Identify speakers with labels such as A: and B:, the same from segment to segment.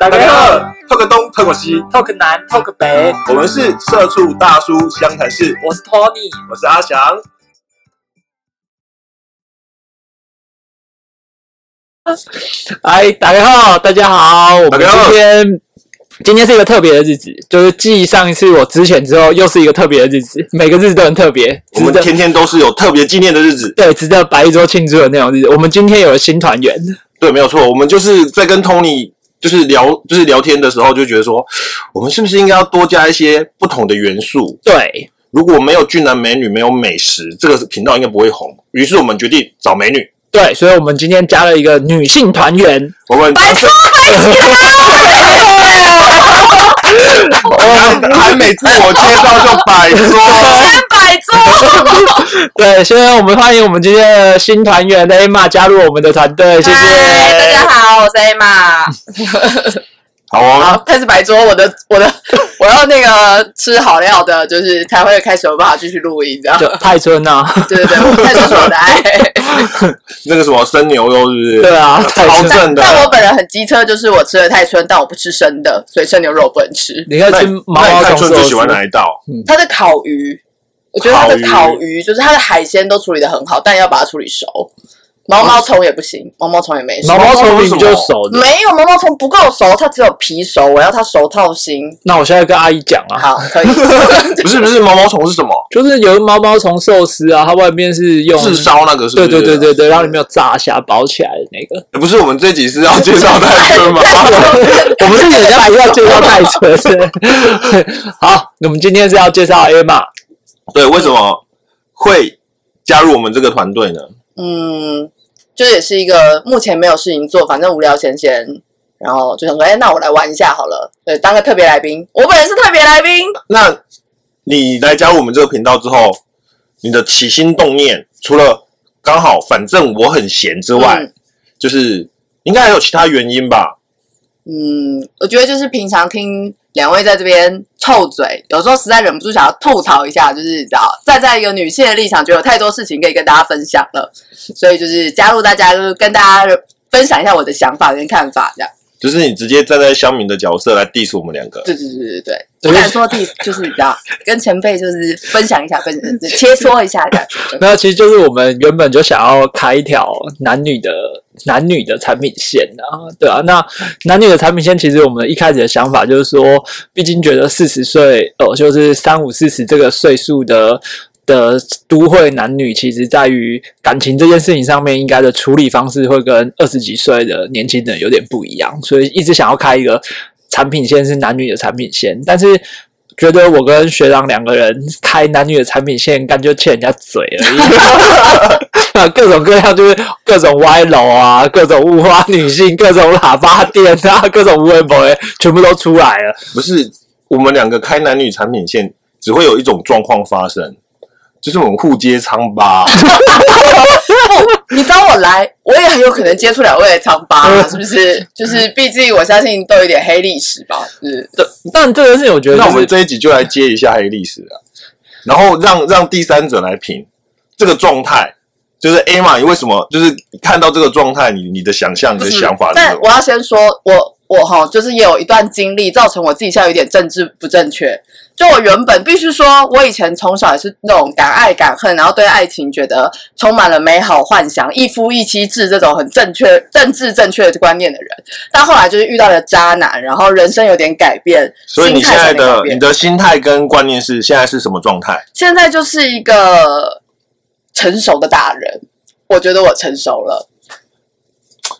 A: 大
B: 家好
A: 透个东，透个西，
B: ，Talk 南，Talk 北，
A: 我们是社畜大叔湘潭市，
B: 我是 Tony。
A: 我是阿翔。
B: 哎，大家好，大家好，我
A: 大
B: 们
A: 家好
B: 今天今天是一个特别的日子，就是继上一次我之前之后，又是一个特别的日子，每个日子都很特别，
A: 我
B: 值
A: 们
B: 得
A: 天天都是有特别纪念的日子，
B: 对值得摆一桌庆祝的那种日子。我们今天有了新团员，
A: 对，没有错。我们就是在跟 Tony 就是聊，就是聊天的时候，就觉得说，我们是不是应该要多加一些不同的元素？
B: 对
A: 如果没有俊男美女，没有美食，这个频道应该不会红。于是我们决定找美女。
B: 对，所以我们今天加了一个女性团员，
A: 我们
B: 拜托
A: 还 还没自我介绍就摆 脱。
B: 摆桌。对，所以我们欢迎我们今天的新团员 Emma 加入我们的团队，谢谢。
C: 嗨，哎大家好，我是 Emma。
A: 好哦，
C: 好，开始摆桌，我的我的我要那个吃好料的，就是才会开始有办法继续录音，这样。
B: 就派春啊，
C: 对对对，我开始是我的哎爱。
A: 那个什么生牛肉是不是？
B: 对啊，派
A: 超
B: 春。
A: 正 的。
C: 但我本人很机车，就是我吃的太春，但我不吃生的，所以生牛肉我不能吃。
B: 你看
A: 那
B: 吃
A: 你
B: 毛
A: 那
B: 毛
A: 你看
B: 虫
A: 春
B: 寿
A: 最
B: 司
A: 喜欢哪一 道？
C: 它的烤鱼，我觉得它的
A: 烤鱼
C: 烤鱼就是它的海鲜都处理的很好，但要把它处理熟。毛毛虫也不行，毛毛虫也没熟
B: 毛。毛虫饼就熟的。
C: 没有毛毛虫不够熟，它只有皮熟，我要它熟透心。
B: 那我现在跟阿姨讲啊，
C: 好，可以。
A: 不是不是，毛毛虫是什么？
B: 就是有毛毛虫寿司啊，它外面是用
A: 炙烧那个是不
B: 对对
A: 是？
B: 对对对，然后里面有炸虾包起来的那个。
A: 对，不是我们这集是要介绍泰春吗？
B: 我们是 人家不要介绍太扯是。好，那我们今天是要介绍 A 嘛？
A: 对，为什么会加入我们这个团队呢？
C: 嗯，就是也是一个目前没有事情做，反正无聊闲闲，然后就想说，哎、那我来玩一下好了，对，当个特别来宾。我本人是特别来宾，
A: 那你来加入我们这个频道之后，你的起心动念，除了刚好反正我很闲之外，
C: 嗯
A: 就是应该还有其他原因吧？
C: 嗯，我觉得就是平常听两位在这边臭嘴，有时候实在忍不住想要吐槽一下，就是你知道，站在一个女性的立场，觉得有太多事情可以跟大家分享了，所以就是加入大家，就是跟大家分享一下我的想法跟看法，这样。
A: 就是你直接站在乡民的角色来 diss 我们两个，
C: 对对对对对，
B: 对
C: 不敢说第，就是你知道， 跟前辈就是分享一下，分享 切磋一下这样。
B: 那其实就是我们原本就想要开一条男女的男女的产品线啊，对啊。那男女的产品线，其实我们一开始的想法就是说，毕竟觉得四十岁，呃，就是三五四十这个岁数的。的都会男女，其实在于感情这件事情上面，应该的处理方式会跟二十几岁的年轻人有点不一样，所以一直想要开一个产品线是男女的产品线，但是觉得我跟学长两个人开男女的产品线，感觉欠人家嘴 而已。啊，各种各样就是各种歪楼啊，各种物化女性，各种喇叭店啊，各种无为不为，全部都出来了。
A: 不是我们两个开男女产品线，只会有一种状况发生，就是我们互揭 疮疤。
C: 你找我来，我也很有可能接触两位的长疤嘛，是不是？就是毕竟我相信都有点黑历史吧，是
B: 但但这个事情，我觉得、就是、
A: 那我们这一集就来接一下黑历史啊，然后让让第三者来评这个状态，就是 A 嘛，你为什么就是看到这个状态，你你的想象、你
C: 不
A: 的
C: 是？
A: 想法是什
C: 但我
A: 么？
C: 要先说，我我哈，就是也有一段经历，造成我自己现在有点政治不正确。就我原本必须说，我以前从小也是那种敢爱敢恨，然后对爱情觉得充满了美好幻想，一夫一妻制这种很正确、政治正确的观念的人。但后来就是遇到了渣男，然后人生有点改变，
A: 所以你
C: 心态
A: 现在
C: 上有
A: 的
C: 改变
A: 你的心态跟观念是现在是什么状态？
C: 现在就是一个成熟的大人，我觉得我成熟了。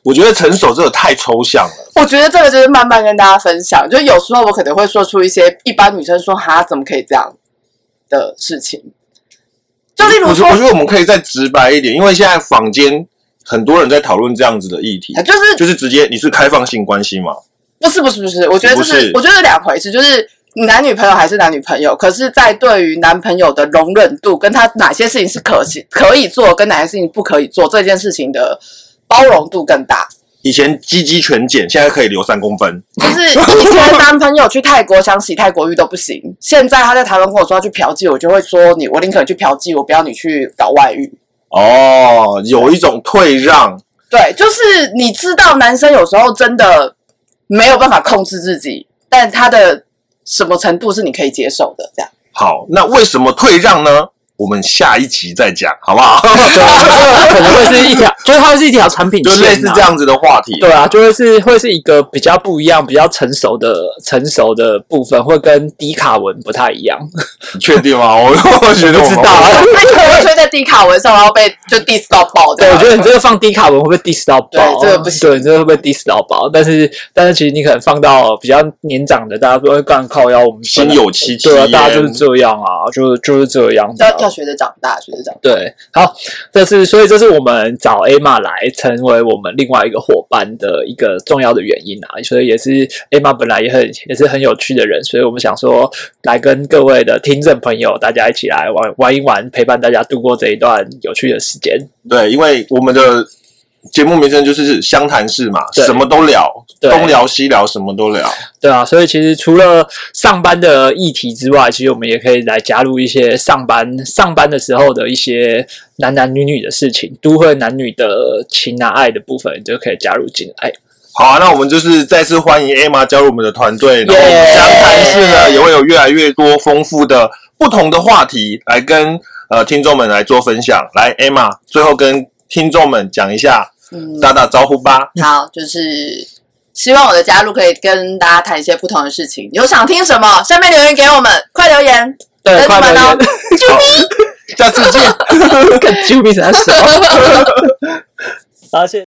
A: 我觉得成熟这个太抽象了，
C: 我觉得这个就是慢慢跟大家分享，就有时候我可能会说出一些一般女生说“哈，怎么可以这样”的事情，就例如
A: 我觉
C: 说
A: 得我，觉得我们可以再直白一点，因为现在坊间很多人在讨论这样子的议题，
C: 就是
A: 就是直接你是开放性关系嘛？
C: 不是不是不是，我觉得这
A: 不
C: 是
A: 是
C: 我觉得是两回事，就是男女朋友还是男女朋友，可是，在对于男朋友的容忍度，跟他哪些事情是可行可以做，跟哪些事情不可以做，这件事情的包容度更大。
A: 以前鸡鸡全减，现在可以留三公分，
C: 就是以前男朋友去泰国想洗泰国浴都不行，现在他在台湾跟我说要去嫖妓，我就会说你我宁可你去嫖妓，我不要你去搞外遇。
A: 哦，有一种退让，
C: 对，就是你知道，男生有时候真的没有办法控制自己，但他的什么程度是你可以接受的，这样。
A: 好，那为什么退让呢？我们下一集再讲，好 不好？
B: 它可能会啊是一条，就是它会是一条产品
A: 就
B: 线、啊，
A: 类似这。样子的话题。
B: 对啊，就会是会是一个比较不一样、比较成熟的成熟的部分，会跟低卡文不太一样。
A: 你确定吗？我 我觉得我
B: 不知道啊
A: 们
C: 那可能会吹在低卡文上，然后被就 diss 到爆这
B: 对，
A: 啊
C: 样。
B: 我觉得你这个放低卡文会被 diss 到爆，啊
C: 对这个不行
B: 对，你这个会被 diss 到爆。但是但是其实你可能放到比较年长的，大家都会干靠腰，我们
A: 心有戚戚
B: 对啊，
A: 焉。
B: 大家就是这样啊，就就是这样子啊、
C: 要要学着长大，学着长大。
B: 对，好，这是所以这是我们找 Emma 来成为我们另外一个伙伴的一个重要的原因啊，所以也是 Emma 本来也很也是很有趣的人，所以我们想说来跟各位的听众朋友大家一起来玩玩一玩，陪伴大家度过这一段有趣的时间。
A: 对，因为我们的节目名称就是湘潭市嘛，
B: 对
A: 什么都聊，
B: 对
A: 东聊西聊，什么都聊。
B: 对啊，所以其实除了上班的议题之外，其实我们也可以来加入一些上班上班的时候的一些男男女女的事情，都会男女的情啊爱的部分，你就可以加入进来。
A: 好啊，那我们就是再次欢迎 Emma 加入我们的团队，然后我们
B: Yeah
A: 湘潭市呢也会有越来越多丰富的不同的话题来跟呃听众们来做分享。来，Emma 最后跟听众们讲一下，
C: 嗯，
A: 打打招呼吧。
C: 好，就是希望我的加入可以跟大家谈一些不同的事情。有想听什么，下面留言给我们，快留言，
B: 对，
C: 等你
B: 快
C: 们
B: 留
C: 哦
B: 言。。
A: 下次见。
B: 跟啾咪在说。好，谢谢。